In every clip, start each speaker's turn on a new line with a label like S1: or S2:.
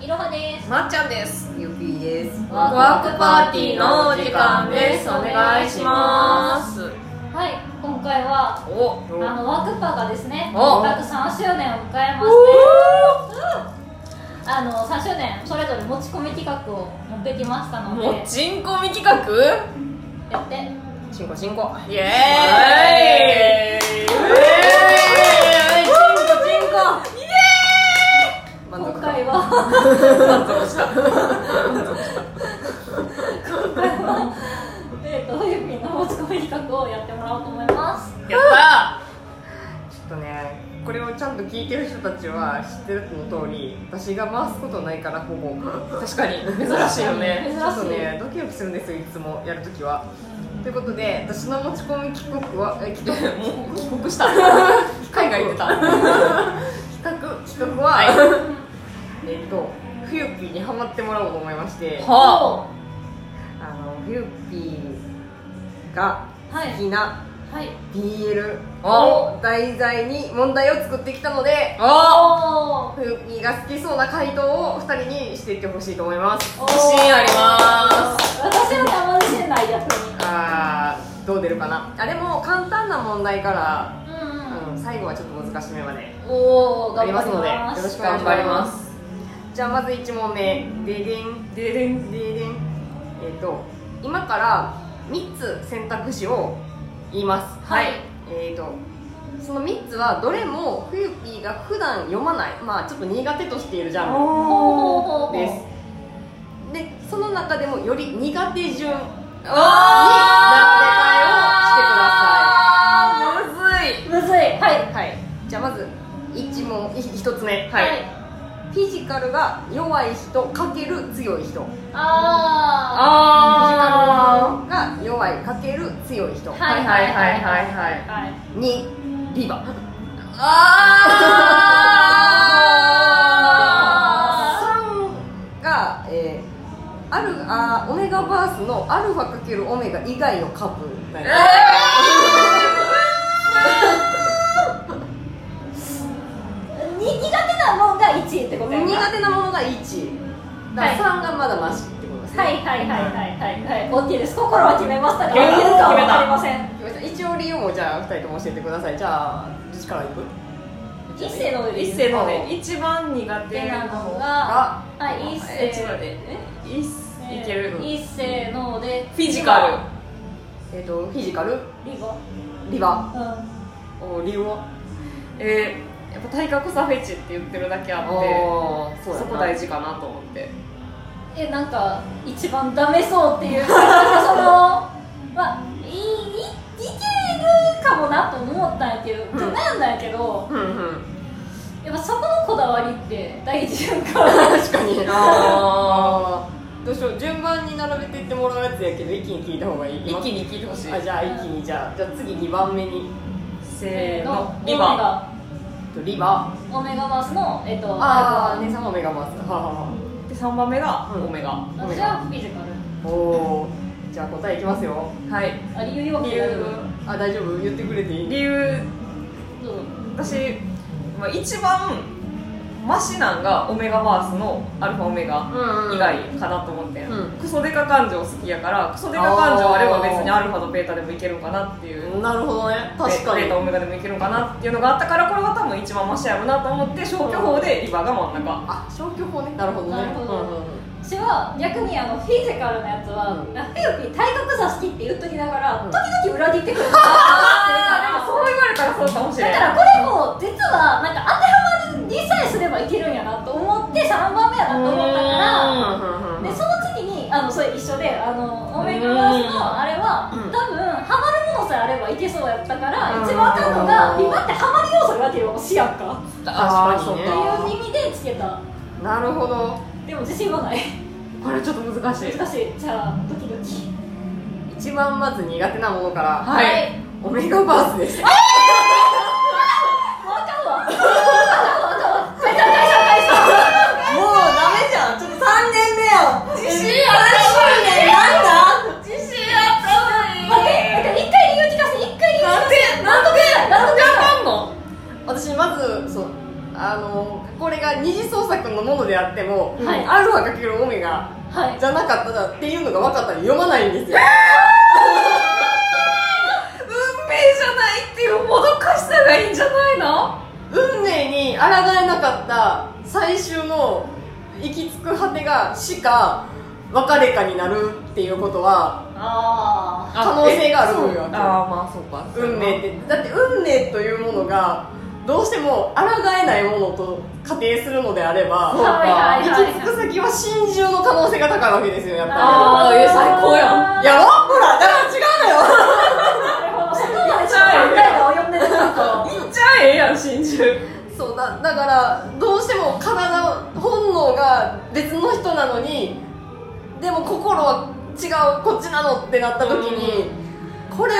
S1: いろはです
S2: まっちゃんです。ゆぴーです。。
S1: ワクワクパーティーのお時間ですお願いしますはい今回は
S2: お、
S1: あのワクパがですね
S2: お
S1: 約3周年を迎えましてあの3周年それぞれ持ち込み企画を持ってきましたので
S2: もう人コミ企画？
S1: やって
S2: 進行進行。イエーイ。イエーイ。進行進行。イエーイ。満
S1: 今
S2: 足だ。
S1: 回は
S2: 満足した。
S1: 今回はえっとゆみの持ち込み企画をやってもらおうと思います
S2: やったーちょっとねこれをちゃんと聞いてる人たちは知ってるの通り私が回すことないからほぼ確か に珍しいよね
S1: 珍しい
S2: ちょっとねドキドキするんですよいつもやるときはということで私の持ち込み帰国はえ帰国 もう帰国した 海外出た 企画企画は、 えっと冬ピーにハマってもらおうと思いまして
S1: は
S2: あの冬ピーが
S1: は
S2: 好
S1: い
S2: きな
S1: はい
S2: BL
S1: お
S2: を題材に問題を作ってきたので
S3: あ
S1: おー
S2: ふうみが好きそうな回答を2人にしていってほしいと思います
S1: お
S3: 自信ありま
S1: 私のたまにない役に
S2: あーどう出るかなあでも簡単な問題から、
S1: うん
S2: うん、最後はちょっと難しめまで
S1: うんおお
S2: あ
S1: 頑張り
S2: りま
S1: ますす
S2: のでよろしくお願いしますじゃあまず1問目ででんででんででんえっ、と今から3つ選択肢を言います
S1: はい
S2: えー、とその3つはどれもふゆぴーが普段読まないまあちょっと苦手としているジャン
S1: ほうほうほうほ
S2: ル
S1: う
S2: ですでその中でもより苦手順に名前をしてくだ
S3: あ
S2: さい
S1: むずいはい
S2: はいじゃあまず1問1つ目
S1: はい、
S2: フィジカルが弱い人かける強い人フィジ
S1: あ
S3: あ
S2: カルが弱いかける強い人、
S1: は
S3: あはいはいはい
S1: ー
S3: はいはい
S1: はい
S2: にリバ
S3: あ
S2: 3が、えー、アルあーオメガバースのアルファ×オメガ以外の株なんです
S1: に苦手なもんが1位ってことやな
S2: 苦手なものが1だから3がまだマシってことですね、
S1: はいはいはいはいはいはい OK です心は決めましたがいけるかは分かりません
S2: ごめんなさい一応理由もじゃあ2人とも教えてくださいじゃあどっちからいく
S1: 一世の
S3: 一世のね一番苦手なのが
S1: が
S2: あ
S1: はい一
S3: えちょっと
S1: 世
S3: 待ってえ一世いける
S1: 一世ので
S3: フィジカ
S2: えっ、とフィジカル
S1: ルリゴ
S2: リバ
S1: うん
S2: お理由は
S3: ルえーやっぱ体格差フェチって言ってるだけあって
S2: おー
S3: そ
S2: やな
S3: こ大事かなと思って
S1: えなんか一番ダメそうっていうなんかそのまあいいいいけるかもなと思ったんやけど、
S2: ん
S1: 悩んだんやけど
S2: うん うん
S1: やっぱそこのこだわりって大事やんか
S2: 確かに
S3: あ
S2: どうしよう順番に並べていってもらうやつやけど一気に聞いた方がいい
S3: 一気に聞いてほしい
S2: あじゃあ一気にじゃあじゃあ次2番目に
S3: せーの
S1: オメ
S3: リバ
S1: ガ
S2: とリバ
S1: オメガバースのえっと
S2: ああ
S1: アル
S2: 姉
S1: フ
S2: さんもメガマスはあは
S3: で3番目がオメガは
S1: ァ
S2: オメガ
S1: 私はフィジカル
S2: あおおじゃあ答えいきますよ
S3: い
S1: あ理由言おう
S3: 理
S1: け
S3: 由
S2: あ大丈夫言ってくれていい
S3: 理由
S1: どうぞ
S3: 私、まあ、一番マシなんがオメガバースのアルファオメガ
S2: うん
S3: 以外かなと思ってん、
S2: うん
S3: クソデカ感情好きやからクソデカ感情あれば別にアルファとベータでもいけるんかなっていう
S2: なるほどね確か
S3: ベ
S2: に
S3: ータオメガでもいけるんかなっていうのがあったからこれは多分一番マシやろなと思って消去法でリバーが真ん中
S2: あ消去法ねなるほどね
S1: なるほど
S2: うんうんうん
S1: 私は逆にあのフィジカルのやつは、
S2: うん
S1: あフィヨピー体格差好きって言っときながら、
S2: うん
S1: 時々裏切ってくるだ
S3: あーでもそう言われたらそうかもしれん
S1: からこれも実はなんか当てはまりさえすればいけるんやなと思って3番目やなと思ったから
S2: う
S1: で
S2: んうんうん
S1: その次にあのそれ一緒であのオメガバースのあれは、
S2: うん
S1: 多分ハマるものさえあればいけそうやったから、
S2: うん
S1: 一番あかんのが今ってハマる要素がなければもう死やんかっ
S2: あー
S3: 確かにね
S1: ていう意味でつけた
S2: なるほど
S1: でも自信はない
S2: これちょっと難しい
S1: 難しいじゃあドキドキ
S2: 一番まず苦手なものから
S3: はい
S2: オメガバースです
S1: もうあかんわ。もうあかんわ。解散解散解散。
S2: もうダメじゃんちょっと3年目よ
S3: 自信あったのになんだ自信あったのに
S1: 待って、待って一回理由聞かせて、一回理由聞かせて。なんとかなんとか
S3: んの
S2: 私まずそうあのこれが二次創作のものであっっても、
S1: はい
S2: アルファかけるオメガ
S1: はい
S2: じゃなかったらっていうのが分かったら読まないんですよ
S3: 運命じゃないっていうもどかしさがいいんじゃないの
S2: 運命に抗えなかった最終の行き着く果てが死か別れかになるっていうことは
S1: あ
S2: 可能性があるのよ
S3: ああまあそうか
S2: 運命ってだって運命というものがどうしても抗えないものと仮定するのであれ
S1: あ
S2: ば
S3: うか
S1: はいはいはい
S2: 行き着く先は心中の可能性が高いわけですよやっぱ
S3: あーいや最高や
S2: りやろほらだから違うのよ
S1: なるほどそこまでちょっと考えが及んでるなと
S3: いっちゃええやん真珠
S2: そうだだからどうしても体本能が別の人なのにでも心は違うこっちなのってなった時に、これを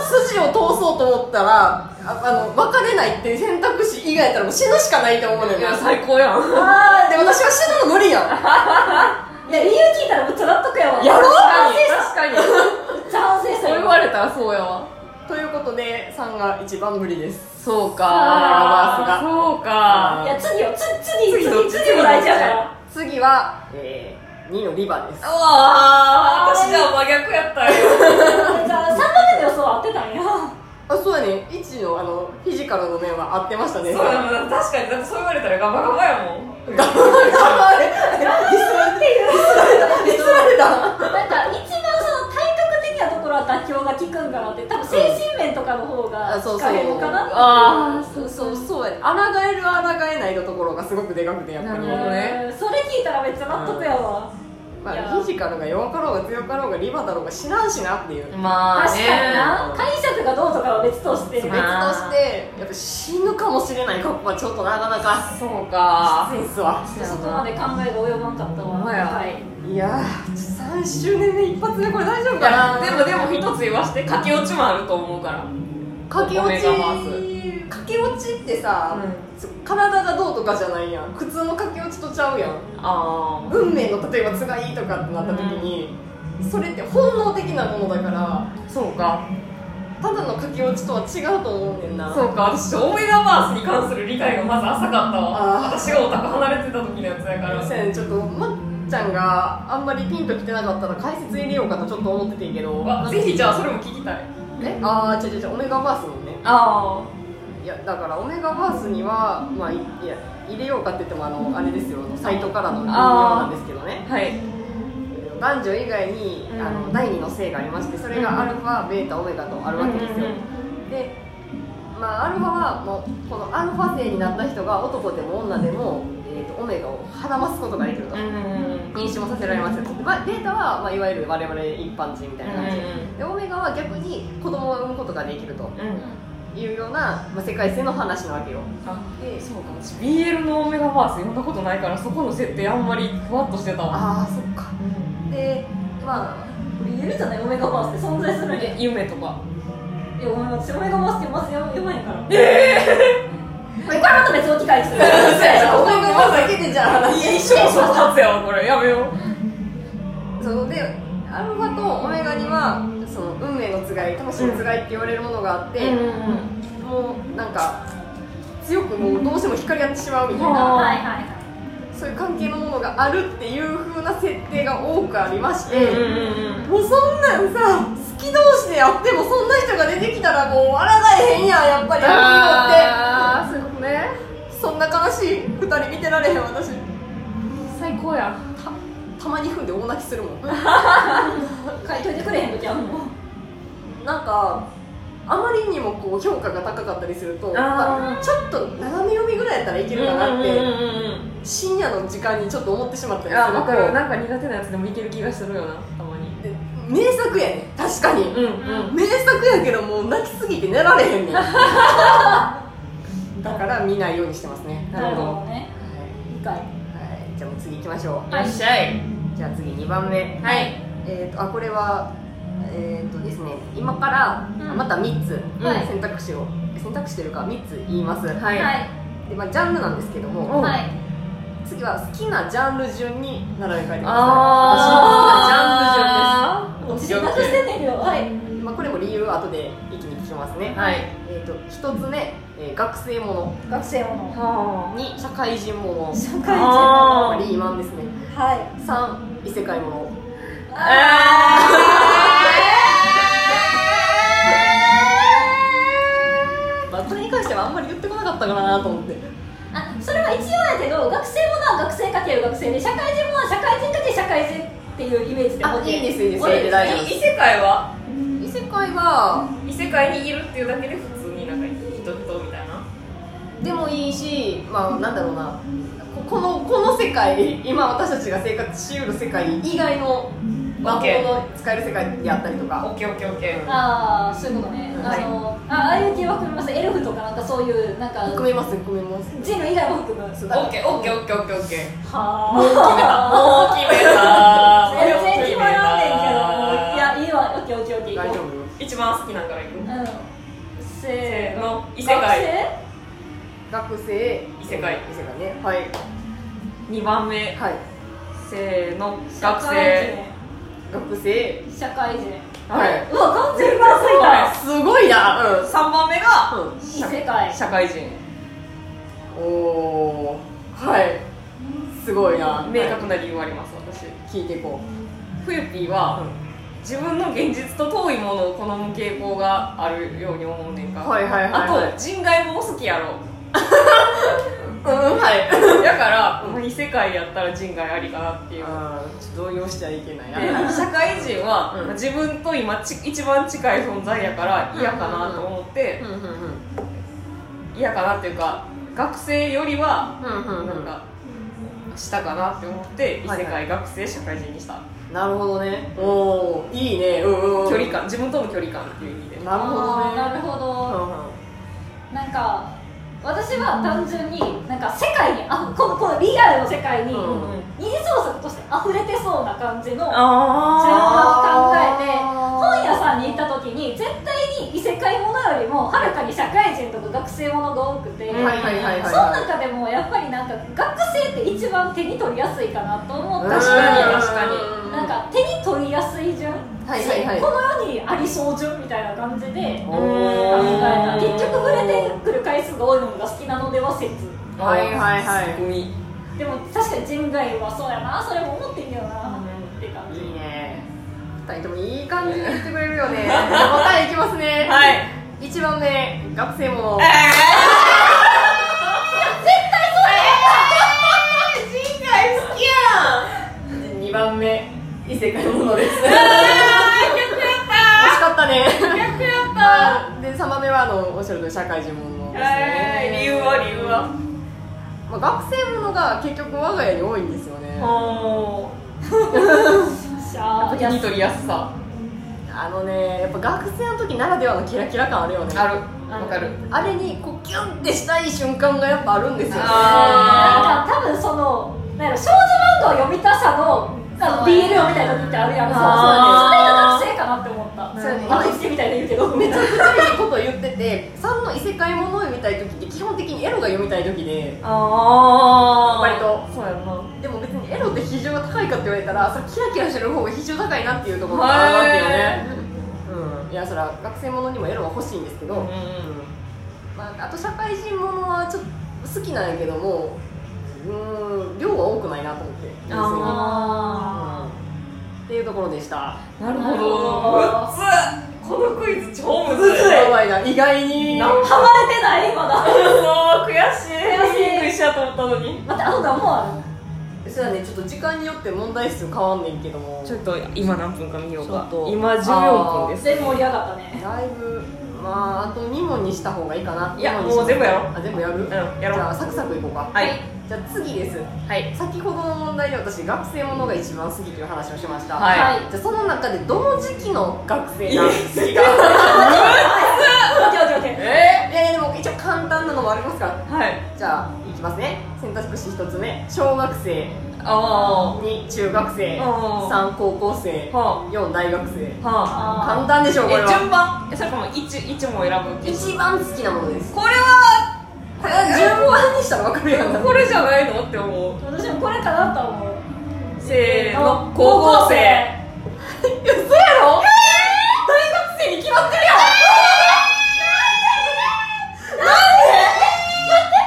S2: 筋を通そうと思ったらああの別れないっていう選択肢以外やったらもう死ぬしかないと思うのよ
S3: いや最高やん
S2: あーで私は死ぬの無理やん
S1: ね理由聞いたらめっちゃ納得やわ
S2: やろ
S3: 確かに
S1: めっちゃ反省し
S3: そう
S1: た
S3: 言われたらそうやわ
S2: ということで3が一番無理です
S3: そう
S1: あ
S2: ー
S3: そうか
S1: いや次よつ次次
S3: 次
S1: 次次も大事やから
S2: 次は、えー、2のリバです
S3: うわー私じゃあ真逆やったよ
S1: じゃあ3番目の予想は合ってたんや
S2: あそうやね1のあのフィジカルの面は合ってましたね
S3: そうだもん確かにだってそう言われたらガバガバやもん
S2: 頑 張れリスられたリスられた
S1: なんか一番その体格的なところは妥協が効くんかなって多分精神面とかの方が
S2: あそ
S1: 効
S2: うそう
S1: かへんのかな
S3: あ
S2: そうそうそうやね抗える抗えないのところがすごくでかくてやっぱり、
S3: なるほど
S1: う
S3: ね
S1: んそれ聞いたらめっちゃ納得やわ
S2: ま
S1: いや
S2: あ、フィジカルが弱かろうが強かろうがリバだろうが知らんしなっていう、
S3: ま
S1: 確かにな解釈がどうとかは別として
S2: 別と
S3: うや
S2: してやっぱ死ぬかもしれない過去はちょっとなかなか
S3: そうか
S2: センスは
S1: そこまで考えが及ばんかったわ
S3: ほんまや
S1: はい
S2: いやー3周年目一発目これ大丈夫かな
S3: でもでも一つ言わして駆け落ちもあると思うから
S2: 駆け落ち
S3: オメガバ
S2: 駆け落ちってさ、体がどうとかじゃないやん普通の駆け落ちとちゃうやん
S3: あ
S2: 運命の例えばつがいいとかってなった時に、それって本能的なものだから
S3: あそうか
S2: ただの駆け落ちとは違うと思うねんな
S3: そうか私オメガバースに関する理解がまず浅かったわ
S2: あー
S3: 私がオタク離れてた時のやつやから
S2: せやねんちょっとまっちゃんがあんまりピンときてなかったら解説入れようかとちょっと思っててんけど
S3: わぜひじゃあそれも聞きたい
S2: えああ違う違うオメガバースのね
S3: あ
S2: いやだからオメガバースにはまあいいや入れようかって言ってもあのあれですよあのサイトからの引用なんですけどね
S3: あはい
S2: 男女以外に、
S3: うん
S2: あの第二の性がありましてそれがアルファベータオメガとあるわけですよ、で、まあ、アルファはもうこのアルファ性になった人が男でも女でも、えー、とオメガを孕ますことができると、妊娠もさせられますよと、まあ、ベータは、まあ、いわゆる我々一般人みたいな感じ、でオメガは逆に子供を産むことができるというような、まあ、世界性の話なわけよで
S3: そうか私 BL のオメガバース読んだことないからそこの設定あんまりふわっとしてたわ
S2: ああそっかでまあ
S1: ゆるじゃないオメガバースって存在するんや
S3: え夢とか
S1: いやお前私オメガバースってまず読まへんからええこれまた別の機会にする
S2: オメガバースだけでじゃあ話
S3: 一生の初発やわこれやめよ
S2: そうでアルファとオメガにはその運命のつがい魂のつがいって言われるものがあっ
S3: う
S2: て、もうなんか強くもうどうしても光り合ってしまうみたい
S3: は
S2: な
S1: はいはい
S2: そういう関係のものがあるっていう風な設定が多くありまし
S3: うんうん
S2: て、
S3: うん
S2: もうそんなんさ好き同士でやってもそんな人が出てきたらもう笑えへんやんやっぱり
S3: あ
S2: あのってそうねそんな悲しい2人見てられへん私
S3: 最高や
S2: たたまに踏んで大泣きするもん
S1: 書いといてくれへん時あんの
S2: なんかあまりにもこう評価が高かったりすると
S3: ー
S2: まあちょっと斜め読みぐらいやったらいけるかなって、
S3: て
S2: 深夜の時間にちょっと思ってしまったり
S3: あ
S2: す
S3: 分か
S2: る
S3: るなんか苦手なやつでもいける気がするよなたまに
S2: で名作やね確かに、
S3: う
S1: ん
S3: ん
S2: 名作やけどもう泣きすぎて寝られへんねんだから見ないようにしてますね
S3: なるほど
S1: ね
S2: は
S1: 理解
S2: い、はい、じゃあもう次行きましょ
S1: よっ
S3: しゃいう
S2: じゃあ次2番目
S3: はい
S2: えー、とあこれはえー、とですね今から
S1: うん
S2: また3つ
S1: はい
S2: 選択肢を、選択肢というか3つ言います、
S3: は
S1: はい
S3: い
S2: でまあ、ジャンルなんですけども
S3: うん
S1: はい
S2: 次は好きなジャンル順に並べ替えてください
S3: あー
S1: 私なくしてんねんけどはい
S2: 私の好きなジャンル順です、まあ、これも理由は後で一気に聞きますね、
S3: はい
S2: えー、と1つ目えー学生もの
S1: 学生もの
S3: は
S2: 2社会人もの
S1: 社会人
S3: あ
S2: リーマンですね
S1: はい
S2: 3異世界ものまあこれに関してはあんまり言ってこなかったかなと思って
S1: あそれは一応やけど学生ものは学生かける学生で社会人ものは社会人かける社会人っていうイメージで
S2: あいいですいいです
S1: これ
S2: それで大
S3: い異世界は
S2: 異世界は
S3: 異世界にいるっていうだけで普通になんか人々みたいな
S2: でもいいしまあなんだろうなここのこの世界今私たちが生活しうる世界以外の魔法の使える世界であったりとか
S3: オッケーオッケーオッケー
S1: ああそういうことね、
S2: はい
S1: あのあああいう系は組みますエルフとかなんかそういうなんか
S2: 含めます含めます
S1: 人類以外も含む
S2: そう
S3: オッケーオッケーオッケーオッケーオッケー
S1: はあ
S3: 大きめだ
S1: 全然決まらんねんけどいやいいわオッケーオッケーオッケー
S2: 大丈夫
S3: 一番好きなんから行く
S1: うんせーの
S3: の異世界
S2: 学生
S3: 異世界
S2: 異世界ねはい
S3: 2番目
S2: はい
S3: せーの
S1: 学生
S3: 学生
S2: 学生
S1: 社会人
S2: はい
S1: 社会人うわ完全に忘れた
S2: すごいなうん
S3: 3番目が
S2: う
S1: 異世界
S3: 社会人
S2: んおーはいすごいな
S3: 明確な理由はあります私
S2: 聞いていこう
S3: ふゆぴーは自分の現実と遠いものを好む傾向があるように思うねんか
S2: はいはいはいはい
S3: あと人外も好きやろ
S2: うんはい
S3: だから異世界やったら人外ありかなっていう
S2: あーちょっと動揺しちゃいけない
S3: で
S2: な
S3: 社会人は、
S2: うん
S3: 自分と今ち一番近い存在やから嫌かなと思って
S2: うんうんうん
S3: 嫌かなっていうか学生よりは
S2: うん
S3: なんかしたかなって思って異世界、学生社会人にした
S2: なるほどねおおいいねうんうんうん
S3: 距離感自分との距離感っていう意味で
S2: なるほど
S1: あー
S2: ね
S1: なるほどなんか私は単純になんか世界にあこのこのリアルの世界に
S2: うんうん
S1: 二次創作として溢れてそうな感じの本
S3: あ
S1: 考えて屋さんに行った時に絶対に異世界ものよりもはるかに社会人とか学生ものが多くて、
S2: はいはいはいはい
S1: その中でもやっぱりなんか学生って一番手に取りやすいかなと思った
S3: 確
S1: し、
S3: かに確かに
S2: うん
S1: なんか手に取りやすい順、
S2: はいはいはい
S1: しこの世にありそう順みたいな感じで
S2: お
S1: 考
S2: ー
S1: えた
S3: うん
S1: 結局触れてくる回数が多いものが好きなのでは説
S3: ー
S2: はいはいはい
S3: ツッコミ
S1: でも確かに人外はそうやなそれも思ってんけどな、って感じ
S2: いいね2人ともいい感じに言ってくれるよ ね答えいきますね
S3: はい
S2: 1番目学生もの
S3: えー
S1: 絶対そうや
S3: 人外好きやん
S2: 2番目異世界ものです惜し
S3: 逆やっ
S2: かったね
S3: た逆やった
S2: まあで3番目はあのおっしゃるとり社会人ものです
S3: え
S2: ね
S3: ー理由は理由は
S2: まあ、学生ものが結局我が家に多いんですよね
S3: お
S1: しゃあ
S3: 手に取りやすさ
S2: あのねやっぱ学生の時ならではのキラキラ感あるよね
S3: あるわかる
S2: あれにこうキュンってしたい瞬間がやっぱあるんですよね
S1: な
S3: あ
S1: んか多分そのなんやろ少女漫画を読みたさのなんか BL をみたいな時ってあるやんそう
S3: あー
S1: そうそれが学生かなって思った
S2: そうやね
S1: あの時みたいな言うけど
S2: めちゃくちゃいいこと言ってて3の異世界ものを読みたい時って基本的にエロが読みたい時で
S3: あ
S2: 割と
S3: そうやんな
S2: でも別にエロって比重が高いかって言われたらそれキラキラしてる方が比重高いなっていうところがあるわけよねうんいやそれは学生ものにもエロは欲しいんですけど、
S3: うんうん
S2: まあ、あと社会人ものはちょっと好きなんやけどもうーん量は多くないなと思って別に
S3: あ
S2: うんっていうところでした
S3: なる
S1: ほど
S3: ほどこのクイズ超むずい
S2: やばいな意外に
S3: な
S1: ハマれてないまだ
S3: そう悔し
S1: 悔しい
S3: いいいクイズやと思ったのに
S1: またあと何もある
S2: そうだねちょっと時間によって問題数変わんねんけども
S3: ちょっと今何分か見ようか
S2: ちょっと
S3: 今14分です
S1: 全部盛り上がったね
S2: だいぶまああと2問にした方がいいかないい
S3: やもう全部やろ
S2: あ全部やる、
S3: ん
S2: じ
S3: やろう
S2: ゃあサクサクいこうか
S3: はい
S2: じゃあ次です
S3: はい
S2: 先ほどの問題で私学生ものが一番好きという話をしました、
S3: はい
S2: じゃあその中でどの時期の学生が
S3: い
S2: 好
S3: や
S2: きか
S1: 待って待って待って
S3: え
S2: いやいやでも一応簡単なのもありますから
S3: はい
S2: じゃあいきますね選択肢1つ目小学生
S3: あ
S2: 2中学生
S3: うん
S2: 3高校生
S3: あは
S2: 4大学生
S3: あはあ
S1: あ
S2: 簡単でしょうこれ
S3: え順
S2: は
S3: 番えそれかも一一問選ぶっていう
S2: 一番好きなものです
S3: これは
S2: これは順番にしたら分かるやん
S3: これじゃないのって思う
S1: ー私もこれかなと思う
S3: せーの高校生
S2: 嘘やろ大学生に決まってるやんなんで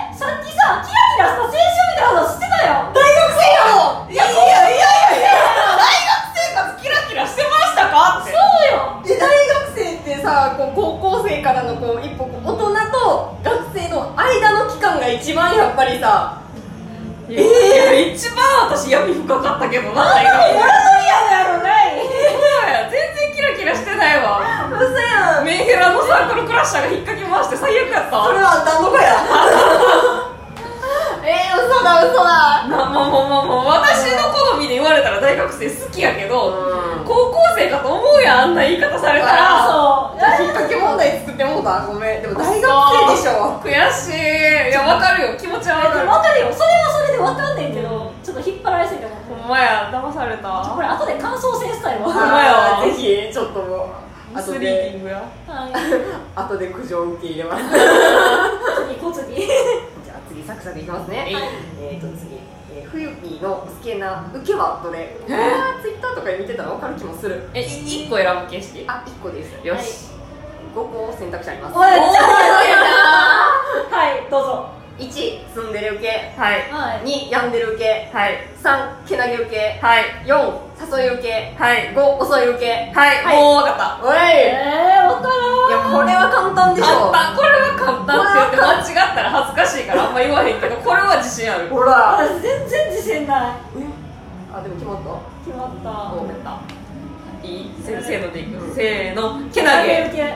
S3: ラッシャーが引っ掛け回して最悪やった
S4: それはあんたの子や
S2: えー、嘘だ嘘だ
S3: まあまあまあまあまあ私の好みで言われたら大学生好きやけど、
S2: こ
S3: 高校生かと思うやんあんな言い方されたら
S1: そう
S2: う引っ掛け問題作ってもうたごめんでも大学生でしょ
S3: 悔しいいや分かるよ気持ちは
S1: で
S3: 分
S1: も
S3: か
S1: 分かるよそれはそれで分かんねんけどちょっと引っ張られすぎたから
S3: るほんまや騙された
S1: これ後で感想戦したいわ
S3: んまや
S2: あーぜひちょっともう
S3: ス
S2: 後
S3: リー
S2: で
S3: キングや
S1: はい
S2: 後で苦情受け入れます
S1: 次小次
S2: じゃあ次サクサクいきますね
S3: えい
S2: えーと次えー冬ピーの好きな受けはどれこれはツイッターとかで見てたら分かる気もする
S3: え一1個選ぶ形式
S2: あ一1個です
S3: よし
S2: 5個選択肢あります
S1: おい
S3: おー
S1: はいどうぞ
S2: 1住んでる受け
S3: はい
S1: はい
S2: 2病んでる受け
S3: はい
S2: 3けなげ受け
S3: はい
S2: 4誘い受け
S3: はい
S2: 5遅い受け
S3: はい、
S2: はい
S3: もう分かった
S2: おいいや
S1: えー、分からん
S2: これは簡単でしょ
S3: 簡単これは簡単って言って間違ったら恥ずかしいからあんま言わへんけどこれは自信ある
S2: ほら
S1: あ全然自信ない
S2: あでも決まった
S1: 決まった
S2: お
S3: 分かったいいせせーのでいく、せーのけなげ
S1: 受け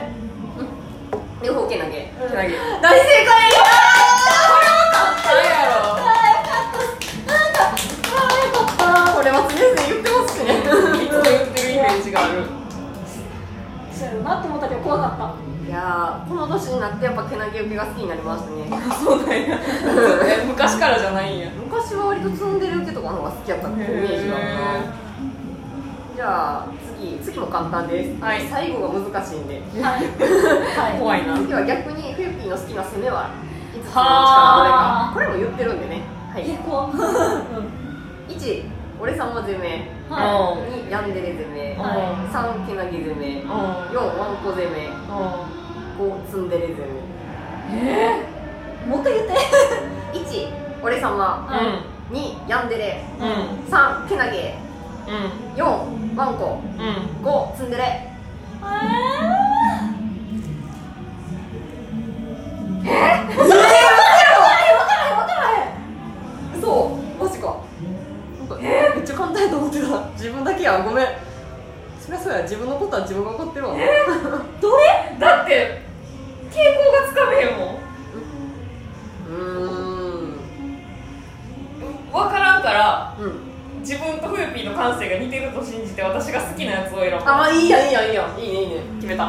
S2: 両方けなげ
S1: うん
S3: けなげ
S2: 大正解
S1: あーよかったあーよかったあーよかっ
S2: これは常々言ってますしね
S3: いつも言ってるイメージがあ
S1: た
S3: る
S1: そうやろなって思ったけど怖かっ
S2: いやーこの年になってやっぱけなげ受けが好きになりましたね
S3: そうなんやえ昔からじゃないんや
S2: 昔は割と積んでる受けとかの方が好きやったっていうイメージがあるなじゃあ次次も簡単です、
S3: はい
S2: 最後が難しいんで
S1: たはいはい
S3: 怖いな
S2: 次は逆にフユピーの好きな攻めはいつのうちか
S1: はー
S2: どれかこれも言ってるんでねはい
S1: え怖っうん
S2: 1俺様攻め
S1: は
S3: うん
S2: 2ヤンデレ攻め
S1: はい
S2: 3けなぎ攻め4
S3: うんうん
S2: ワンコ攻め5ツンデレ攻
S3: え
S1: いもう一回言って
S2: め1俺様
S3: ー
S2: 2ヤンデレ
S3: うんうん
S2: 3けなげ
S3: うん
S2: 4ワンコ
S3: うん
S2: 5ツンデレそうマジかえめっちゃ簡単やと思ってた自分だけやごめんそりゃそうや自分のことは自分が怒ってるわ
S1: どれ
S3: だって傾向がつかめへんもん
S2: うーん
S3: 分からんから
S2: うん
S3: 自分とフーピーの感性が似てると信じて私が好きなやつを選ぶ
S2: あいいやんいいやんいいやんいいねいいね
S3: 決めた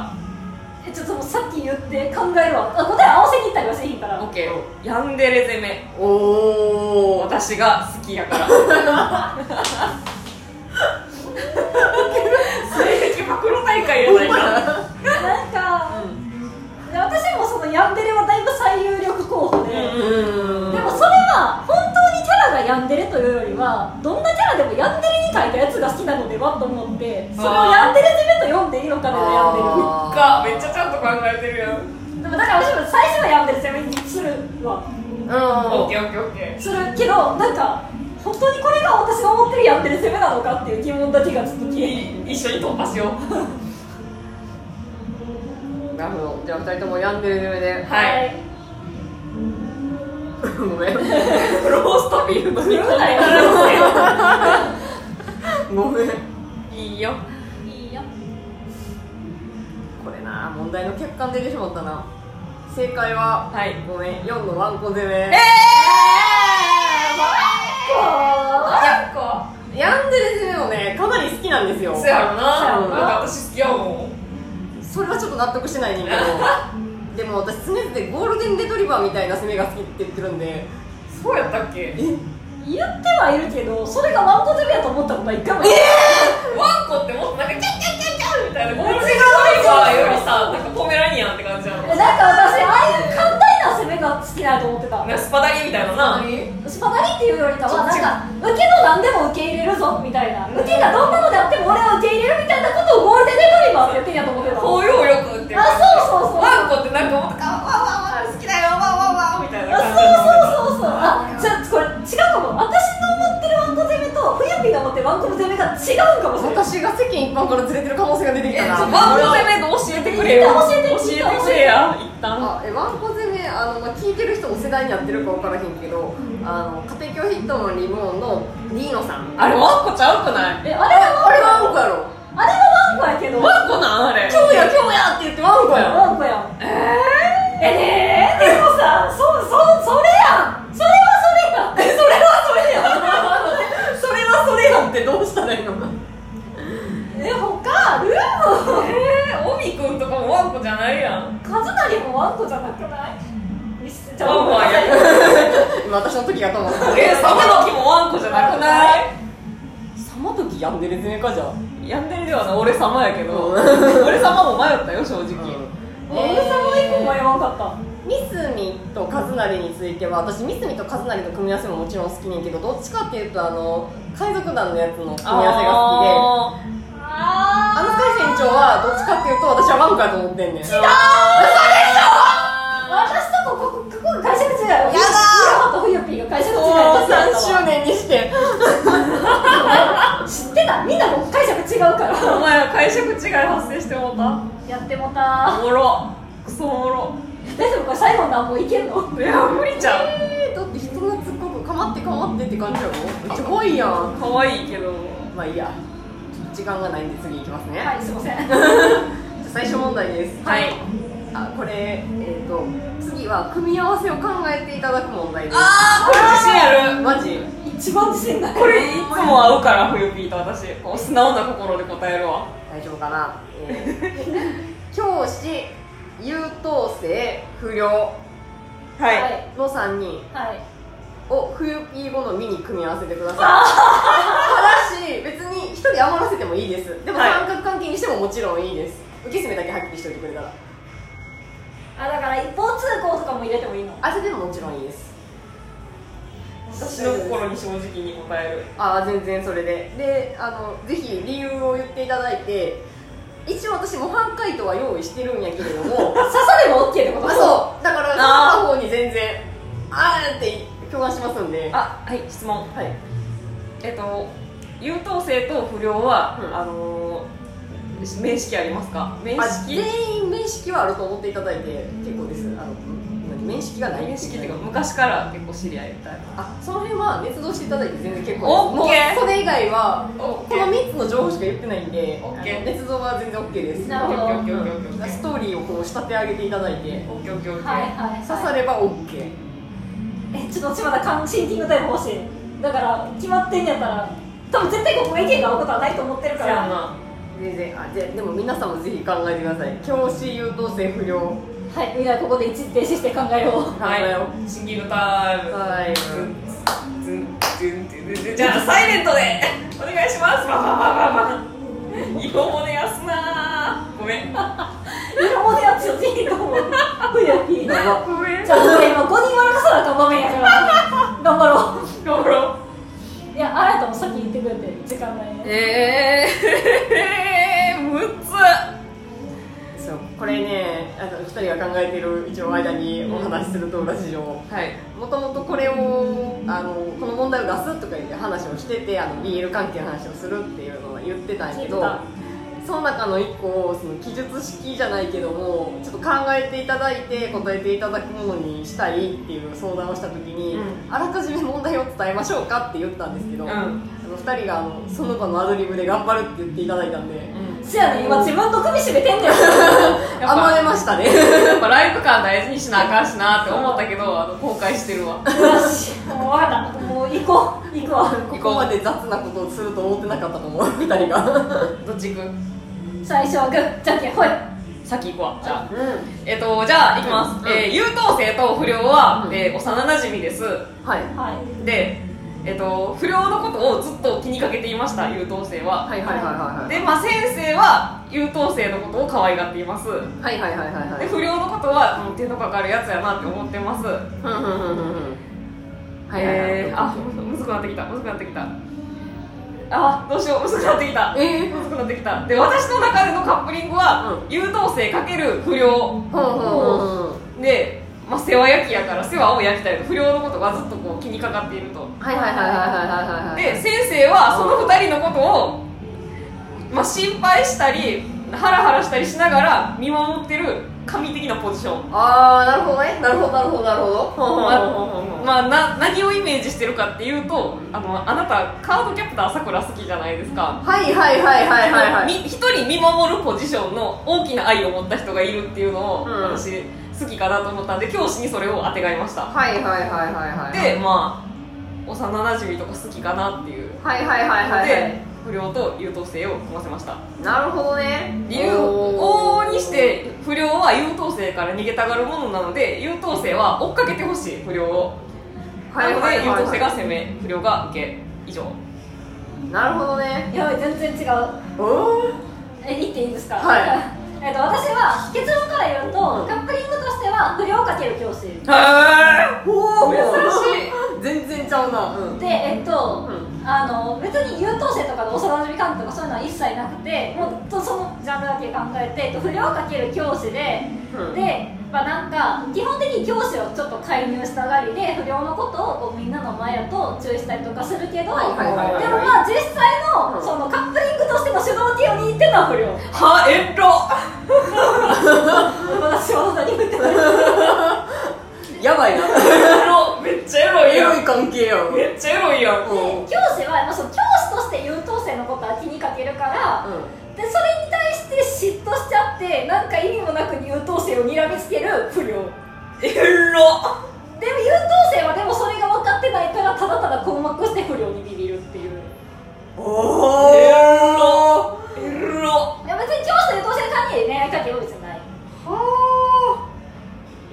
S1: えちょっともうさっき言って考えるわあ答え合わせに行ったりはせへんから
S3: オッケーヤンデレ攻め
S2: おお
S3: 私が好きや から性癖暴露大会やないか
S1: なんか、で私もそのヤンデレはだいぶ最有力候補で、
S3: うん
S2: うん
S1: でもそれは本当にキャラがヤンデレというよりはどんなキャラでもヤンデレに描いたやつが好きなのではと思ってそれをヤンデレ攻めと読んでいいのかなヤン
S3: かめっちゃちゃんと考えてるやん
S1: デレでもだから私も最初はヤンデレ攻めにするは
S2: うん
S3: オッケーオッケーオッケ
S1: するけどなんか本当にこれが私が思ってるヤンデレ攻めなのかっていう疑問だけがずっと消え
S3: ーい一緒に突破しよう
S2: なるほどじゃあ二人とも病んでる上で
S3: はい
S1: い
S2: ごめん
S3: ローストビーフの煮込み
S2: ごめん
S3: いいよ
S1: いいよ
S2: これな問題の欠陥出てしまったな正解は
S3: はい
S2: ごめん4のワンコ攻め
S3: え
S1: こ
S3: ーか
S2: 病んでる攻めもねかなり好きなんですよ
S3: そや
S1: そ
S3: ろな
S1: や
S3: なん
S1: ろな
S3: か私好きやもん
S2: それはちょっと納得してないねん けどでも私常々ゴールデンレトリバーみたいな攻めが好きって言ってるんで
S3: そうやったっけ
S1: う言ってはいるけどそれがワンコ攻めやと思ったことは一回もない
S3: ワンコってもっとなんかキャッキャッキャッキャッみたいなゴールデンドリバーよりさなんかポメラニアンって感じや
S1: えなん
S3: の
S1: か私ああいう簡単な攻めが好きだと思ってた
S3: スパダリみたいなな
S1: スパダリっていうよりかはなんか受けの何でも受け入れるぞみたいな受けがどんなのであっても俺は受け入れるみたいなことをゴールデンレトリバーって言ってんやと思ってた
S3: 包容力っていうか
S1: あそうそうそう
S3: ワンコってなんかもっとかわわわわ好きだよわわわみたいな感じ
S1: あそうそうそうそうあじゃあこれ違うかも私の思ってるワンコ攻めと冬ピーが思ってるワンコ攻めが違うかもしれない
S2: 私が世間一般からずれてる可能性が出てき
S3: え
S2: た
S3: ちょ
S2: な
S3: ワンコ攻めの教えてくれよ
S1: 教えて
S3: 教えてくれや一旦
S2: あえワンコ攻めあの、まあ、聞いてる人も世代に合ってるか分からへんけど、あの家庭教師ヒットのリボンのリーノさん
S3: あれワンコちゃうくない
S1: えあれは
S2: あれワンコやろ
S1: あれはワンコやけど
S3: ワンコなんあれれ
S2: 今日や今日やって言ってワンコやん
S1: ワンコやんええねえでもさそそそれやんそれはそれやんそれはそれやん
S2: それはそれやんってどうしたらいいのか
S1: え他ある
S3: えー、オミくんとかもワンコじゃないやん
S1: カズナリもワンコじゃなくないじ
S3: ワンコはや
S1: ん
S2: 今私の時がと思った
S3: えー、サマドキもワンコじゃなくない
S2: さまときやんでるねかじゃあ
S3: やんでるではない俺様やけど
S2: うん
S3: 俺様も迷ったよ正直、
S1: 俺様以降迷わんかった
S2: ミスミとカズナリについては私ミスミとカズナリの組み合わせももちろん好きねんけどどっちかっていうとあの海賊団のやつの組み合わせが好きで
S3: あ
S2: あの
S1: あ
S2: 海船長はどっちかっていうと私はワンコやと思ってんねん
S1: ー違う私とここここが会社の違いやだーとフヨピーが会社の違い
S2: もう
S1: だった
S2: 3周年にして
S1: 知ってたみんなもう解釈違うから
S3: ーお前は解釈違い発生してもうた
S1: やってもた
S3: おもろクソおもろ
S1: 大丈夫これ最後のなんもいけんの
S3: いや無理じゃん
S2: えーだって人懐っこくかまってかまってって感じやろめっちゃ怖いやん
S3: 可愛いけど
S2: まあいいや時間がないんで次行きますね、
S1: はいすいません
S2: じゃあ最初問題です
S3: はい
S2: あこれえっ、と次は組み合わせを考えていただく問題です
S3: あーこれ自信ある
S2: マジ
S1: 一番自信ない
S3: これいつも合うから冬ピーと私こう素直な心で答えるわ
S2: 大丈夫かな、えー教師優等生不良
S3: は
S1: はいい
S2: の3人
S1: はい
S2: を冬ピー好みに組み合わせてくださいただし別に1人余らせてもいいですでも
S3: はい
S2: 三角関係にしてももちろんいいです受け攻めだけはっきりしといてくれたら
S1: あだから一方通行とかも入れてもいいの
S2: あそれでももちろんいいです
S3: 私の心に正直に答える
S2: ああ全然それでであのぜひ理由を言っていただいて一応私模範解答は用意してるんやけれども
S1: 刺されば OK ってこと
S2: あそうだから
S3: あー
S2: 片方に全然あーって共感しますんで
S3: あはい質問
S2: はい
S3: えっと優等生と不良は、
S2: うん
S3: あのー面識ありますか面
S2: あ
S3: 識
S2: 全員面識はあると思っていただいて結構ですあの何面識がない
S3: 面識っていうか
S2: か
S3: 昔から結構知り合いみたいな
S2: あその辺は捏造していただいて全然結構です
S3: オッケー
S2: もうそれ以外は
S3: オッ
S2: こ
S3: ケー
S2: の3つの情報しか言ってないんで
S3: オッケー
S2: あの捏造は全然 OK です
S1: なるほど
S2: うん
S3: オッケーオッケーオッケーオッケー
S2: ストーリーをこう仕立て上げていただいて
S3: オッケーオッケーオッケー
S1: はいはい
S2: 刺さ
S1: はい
S2: れば OK
S1: えちょっと私まだカンシンキングタイム欲しいだから決まってんやったら多分絶対ここが意見が合うことはないと思ってるか
S3: せや
S1: ら
S3: ん
S1: は
S3: な
S2: 全然あででも皆さんもぜひ考えてください教師優等生不良
S1: いみんなここで一時停止して考えよう
S2: 考えよ
S3: はいシンキングタイ
S2: う
S3: ム
S2: はい
S3: ズンズンズンズンズンじゃあサイレントでお願いしますバババババイオモネやすなーごめ
S1: 色
S3: ん
S1: 物やつよ人と思う 冬やき
S3: ごめん
S1: じゃあ今5人笑かさなあかん場面や から頑張ろう
S3: 頑張ろ
S1: いや、あやともさっき言ってくれて、時間ないね。
S3: ええー、6つ
S2: そうこれねあの2人が考えてる一応間にお話しすると裏事情も
S3: はい
S2: ともとこれをあのこの問題を出すとか言って話をしててあの BL 関係の話をするっていうのは言ってたんやけど
S1: 聞いて
S2: その中の1個をその記述式じゃないけどもちょっと考えていただいて答えていただくものにしたいっていう相談をした時に、
S3: う
S2: あらかじめ問題を伝えましょうかって言ったんですけど、
S3: うん
S2: あの2人があのその場のアドリブで頑張るって言っていただいたんで、
S1: せやね、今自分と首絞めてんねん。
S3: やっ
S2: 甘
S3: ぱ
S2: えましたね
S3: やっぱライブ感大事にしなあかんしなって思ったけどあの後悔してるわ
S1: よし、もうわかった。もう行こう。行くわ。
S2: ここまで雑なことをすると思ってなかったと思う2人が
S3: どっち行く
S1: 最初はグー、じゃんけん、ほい。
S3: 先行くわじゃあ
S2: うん
S3: えっとじゃあ行きま
S2: う
S3: す、
S2: ん
S3: えー優等生と不良は、
S2: うん
S3: えー幼なじみです
S2: はい
S1: はい。
S3: でえっと不良のことをずっと気にかけていました優等生は
S2: はいはいはいはい
S3: でまあ先生は優等生のことを可愛がっています
S2: はいはいはいはいは
S3: で
S2: い
S3: 不良のことはもう手のかかるやつやなって思ってます
S2: ふんふんふんふんふんはいはいはい
S3: えー、あむずくなってきたむずくなってきたあどうしようむずくなってきた
S2: え
S3: むずくなってきたで私の中でのカップリングは、
S2: う
S3: 優等生×不良
S2: ほうほうほうほ
S3: で、まあ、世話焼きやから世話を焼きたいと不良のことがずっとこう気にかかっていると
S2: うはいはいはいはいはいはいはい
S3: で先生はその2人のことを、まあ、心配したりハラハラしたりしながら見守ってる神的なポジション
S2: ああなるほどねなるほどなるほどなるほどほうほうほうほうほう
S3: まあ、な何をイメージしてるかっていうとあのあなたカードキャプターさくら好きじゃないですか
S2: はいはいはいはいはいはい
S3: み一人見守るポジションの大きな愛を持った人がいるっていうのを、
S2: うん
S3: 私好きかなと思ったんで教師にそれをあてがいました
S2: はいはいはいはいはい
S3: でまあ幼なじみとか好きかなっていう
S2: はいはいはいはいは
S3: で
S2: い
S3: 不良と優等生を組ませました
S2: なるほどね
S3: 理由
S2: お
S3: 往
S2: ー
S3: 々にして不良は優等生から逃げたがるものなので優等生は追っかけてほしい不良を
S2: はい
S3: なの
S2: は
S3: で
S2: い
S3: 優
S2: はい
S3: 等生
S2: は
S3: が攻め不良が受け以上
S2: いなるほどね
S1: やばい全然違う
S2: おお
S1: え言っていいですか、
S2: はい
S1: えっと私は結論から言うとカップリングとしては不良かける教師
S3: は
S2: おお
S3: 珍しい
S2: 全然ちゃうなうん
S1: でえっと、
S2: う
S1: あの別に優等生とかの幼馴染関係とかそういうのは一切なくてもっとそのジャンルだけ考えてえっと不良かける教師でで、まあ、なんか基本的に教師をちょっと介入したがりで不良のことをこうみんなの前だと注意したりとかするけど、
S2: はいはいはいはい
S1: でもまあ実際の
S2: うん
S1: そのカップリングとしての主導権を握ってるのは不良
S3: はえろ
S1: 私は何も言ってない
S2: やばいな
S3: エロめっちゃエロい
S2: エ
S3: や
S2: ロ
S3: ん
S2: い関係やん
S3: めっちゃエロいやん
S2: うん
S1: 教師は、まあ、その教師として優等生のことは気にかけるから、
S2: う
S1: でそれに対して嫉妬しちゃってなんか意味もなく優等生をにらみつける不良でも
S3: エロ
S1: 優等生はでもそれが分かってないからただただ困惑して不良にビビるっていう
S2: んお
S3: エ
S2: お
S3: エロ
S1: いや別に教師と優等生の関係で恋愛関係は別にない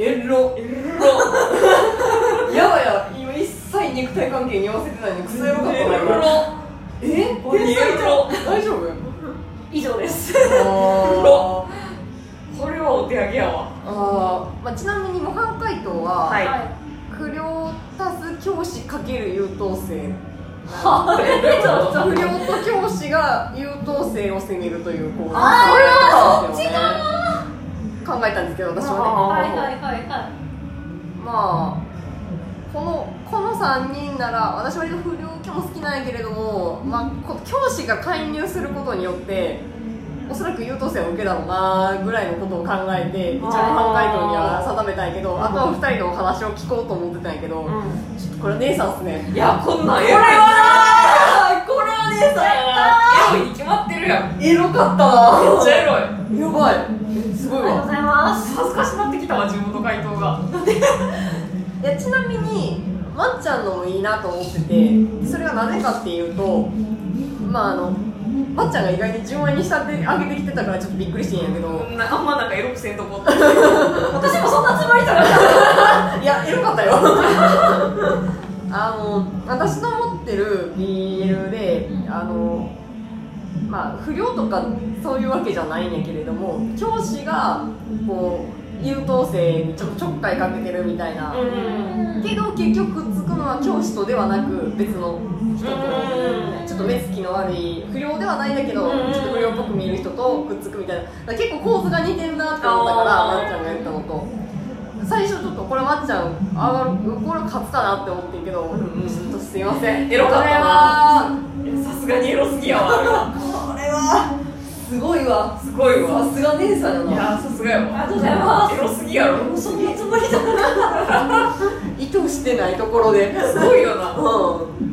S2: エロ
S3: エロ
S2: やばいや今一切肉体関係に合わせてないのクソエロかったな
S3: エ
S2: 今
S3: ロ
S2: え天才じ
S3: エロ
S2: ゃん大丈夫
S1: 以上です
S2: あ
S3: ロこれはお手上げやわ
S2: ーあー、まあ、ちなみに模範解答は、
S3: はい
S2: 不良足す教師かける優等生
S1: は
S3: えどういうこと
S2: 不良と教師が優等生を責めるというこう
S1: あー
S2: そういうことですよね考えたんですけど私はね
S1: はいはいはいはい
S2: まあこのこの3人なら私割と不良教も好きなんやけれども、まあ、こ教師が介入することによっておそらく優等生を受けだろうなぐらいのことを考えて一応
S3: あー
S2: 模範解答には定めたんやけどあとは2人のお話を聞こうと思ってたんやけど、ちょっとこれは姉さんっすね
S3: いやこんなんエ
S2: こ
S3: ロ
S2: れ
S3: い
S2: はこれは姉さん
S3: エロいに決まってるやんめっ
S2: エロかったわ
S3: ちゃエロい
S2: やばいすごい
S1: ありがとう
S2: わ
S1: ございます
S3: 恥ずかしなってきたわ自分の回答が
S2: いやちなみにまっちゃんのもいいなと思っててそれはなぜかっていうとまああのまっちゃんが意外に純愛にしたってあげてきてたからちょっとびっくりしてんやけど
S3: なあんまなんかエロくせんとこって
S1: 私もそんなつもりじゃなかった
S2: いやエロかったよ あの私の持ってる BL であのまあ不良とかそういうわけじゃないんやけれども教師がこう優等生にちょちょっかいかけてるみたいな、けど結局くっつくのは教師とではなく別の人と
S3: うん
S2: ちょっと目つきの悪い不良ではないんだけど
S3: うん
S2: ちょっと不良っぽく見える人とくっつくみたいなだから結構構図が似てるなって思ったから
S3: あー
S2: まっちゃんがやったのと最初ちょっとこれまっちゃんあーこれ勝つかなって思ってんけど
S3: ん
S2: ちょっとすいません
S3: エロかったな
S2: これは
S3: さすがにエロすぎやわあれは
S2: これはすごいわ
S3: すごいわ
S2: さすが姉さんや
S3: いや
S2: な
S3: さすがや
S1: ありがとう
S3: わ
S1: ございます
S3: エロすぎやろ
S1: そんなつもりじゃなかっ
S2: 意図してないところです
S3: ごいよな
S2: うん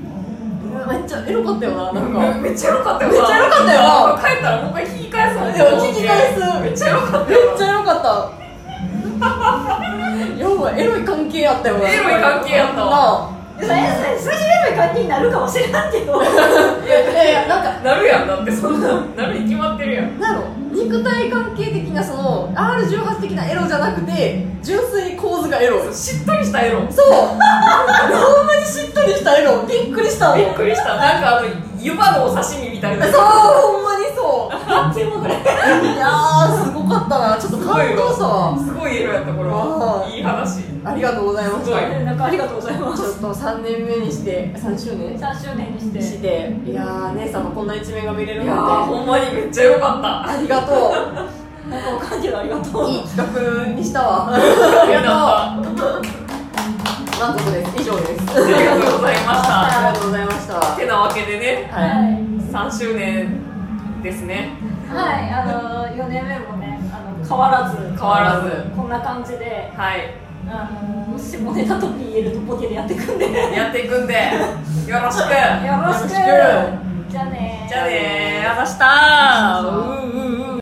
S2: めっちゃエロかったよななんか
S3: めっちゃエロかったよ
S2: めっちゃエロかったよ
S3: 帰ったらもう一回引き返すもん
S2: でも引き返す
S3: めっちゃエロかった
S2: めっ
S3: よ
S2: ちゃエロかった やばいエロい関係やったよな
S3: エロい関係やったわ
S1: た
S2: な
S1: 先生数字エロい感じになるかもしれんけど
S2: あいやいやいやなんか
S3: なるやんだってそんななるに決まってるやん
S2: なんやろ肉体関係的なその R18 的なエロじゃなくて純粋に構図がエロい
S3: しっとりしたエロ
S2: そう ほんまにしっとりしたエロびっくりしたもん
S3: び
S2: そ
S3: っ
S2: う
S3: くりしたなんかあの湯葉のお刺身みたいな
S2: ほんまにそう
S1: あっちもぐらい
S2: いやーすごかったなちょっと感動したわ
S3: すごいエロやったこれは
S2: あー
S3: いい話
S2: ありがとうございまし
S3: すごい
S2: た
S1: なんかありがとうございま
S2: ち
S1: す
S2: ょっと3年目にして3周年
S1: 3周年にして
S2: していやー姉さんのこんな一面が見れる
S3: いや
S2: なん
S3: ー
S2: て
S3: ほんまにめっちゃよかった
S2: ありが
S1: なん
S2: と
S1: かわかんけどありがとう
S2: う。いい企画にした わ。あ
S3: あ
S2: りがとう。満足です。以上です。
S3: ありがとうございまし
S2: あ
S3: た
S2: りがとうございました。は
S3: てなわけで
S2: い。
S3: ね
S1: い
S3: 3周年ですね
S1: はいあの4年目もねあの変わらず変
S3: わらず
S1: こんな感じで
S3: はい
S1: あの下ネタと BL とボケでやっていくんでよ
S3: やっていくんでよろしく
S1: ろしく
S3: よろし
S1: じゃあね
S3: くじゃあねーまた明日うー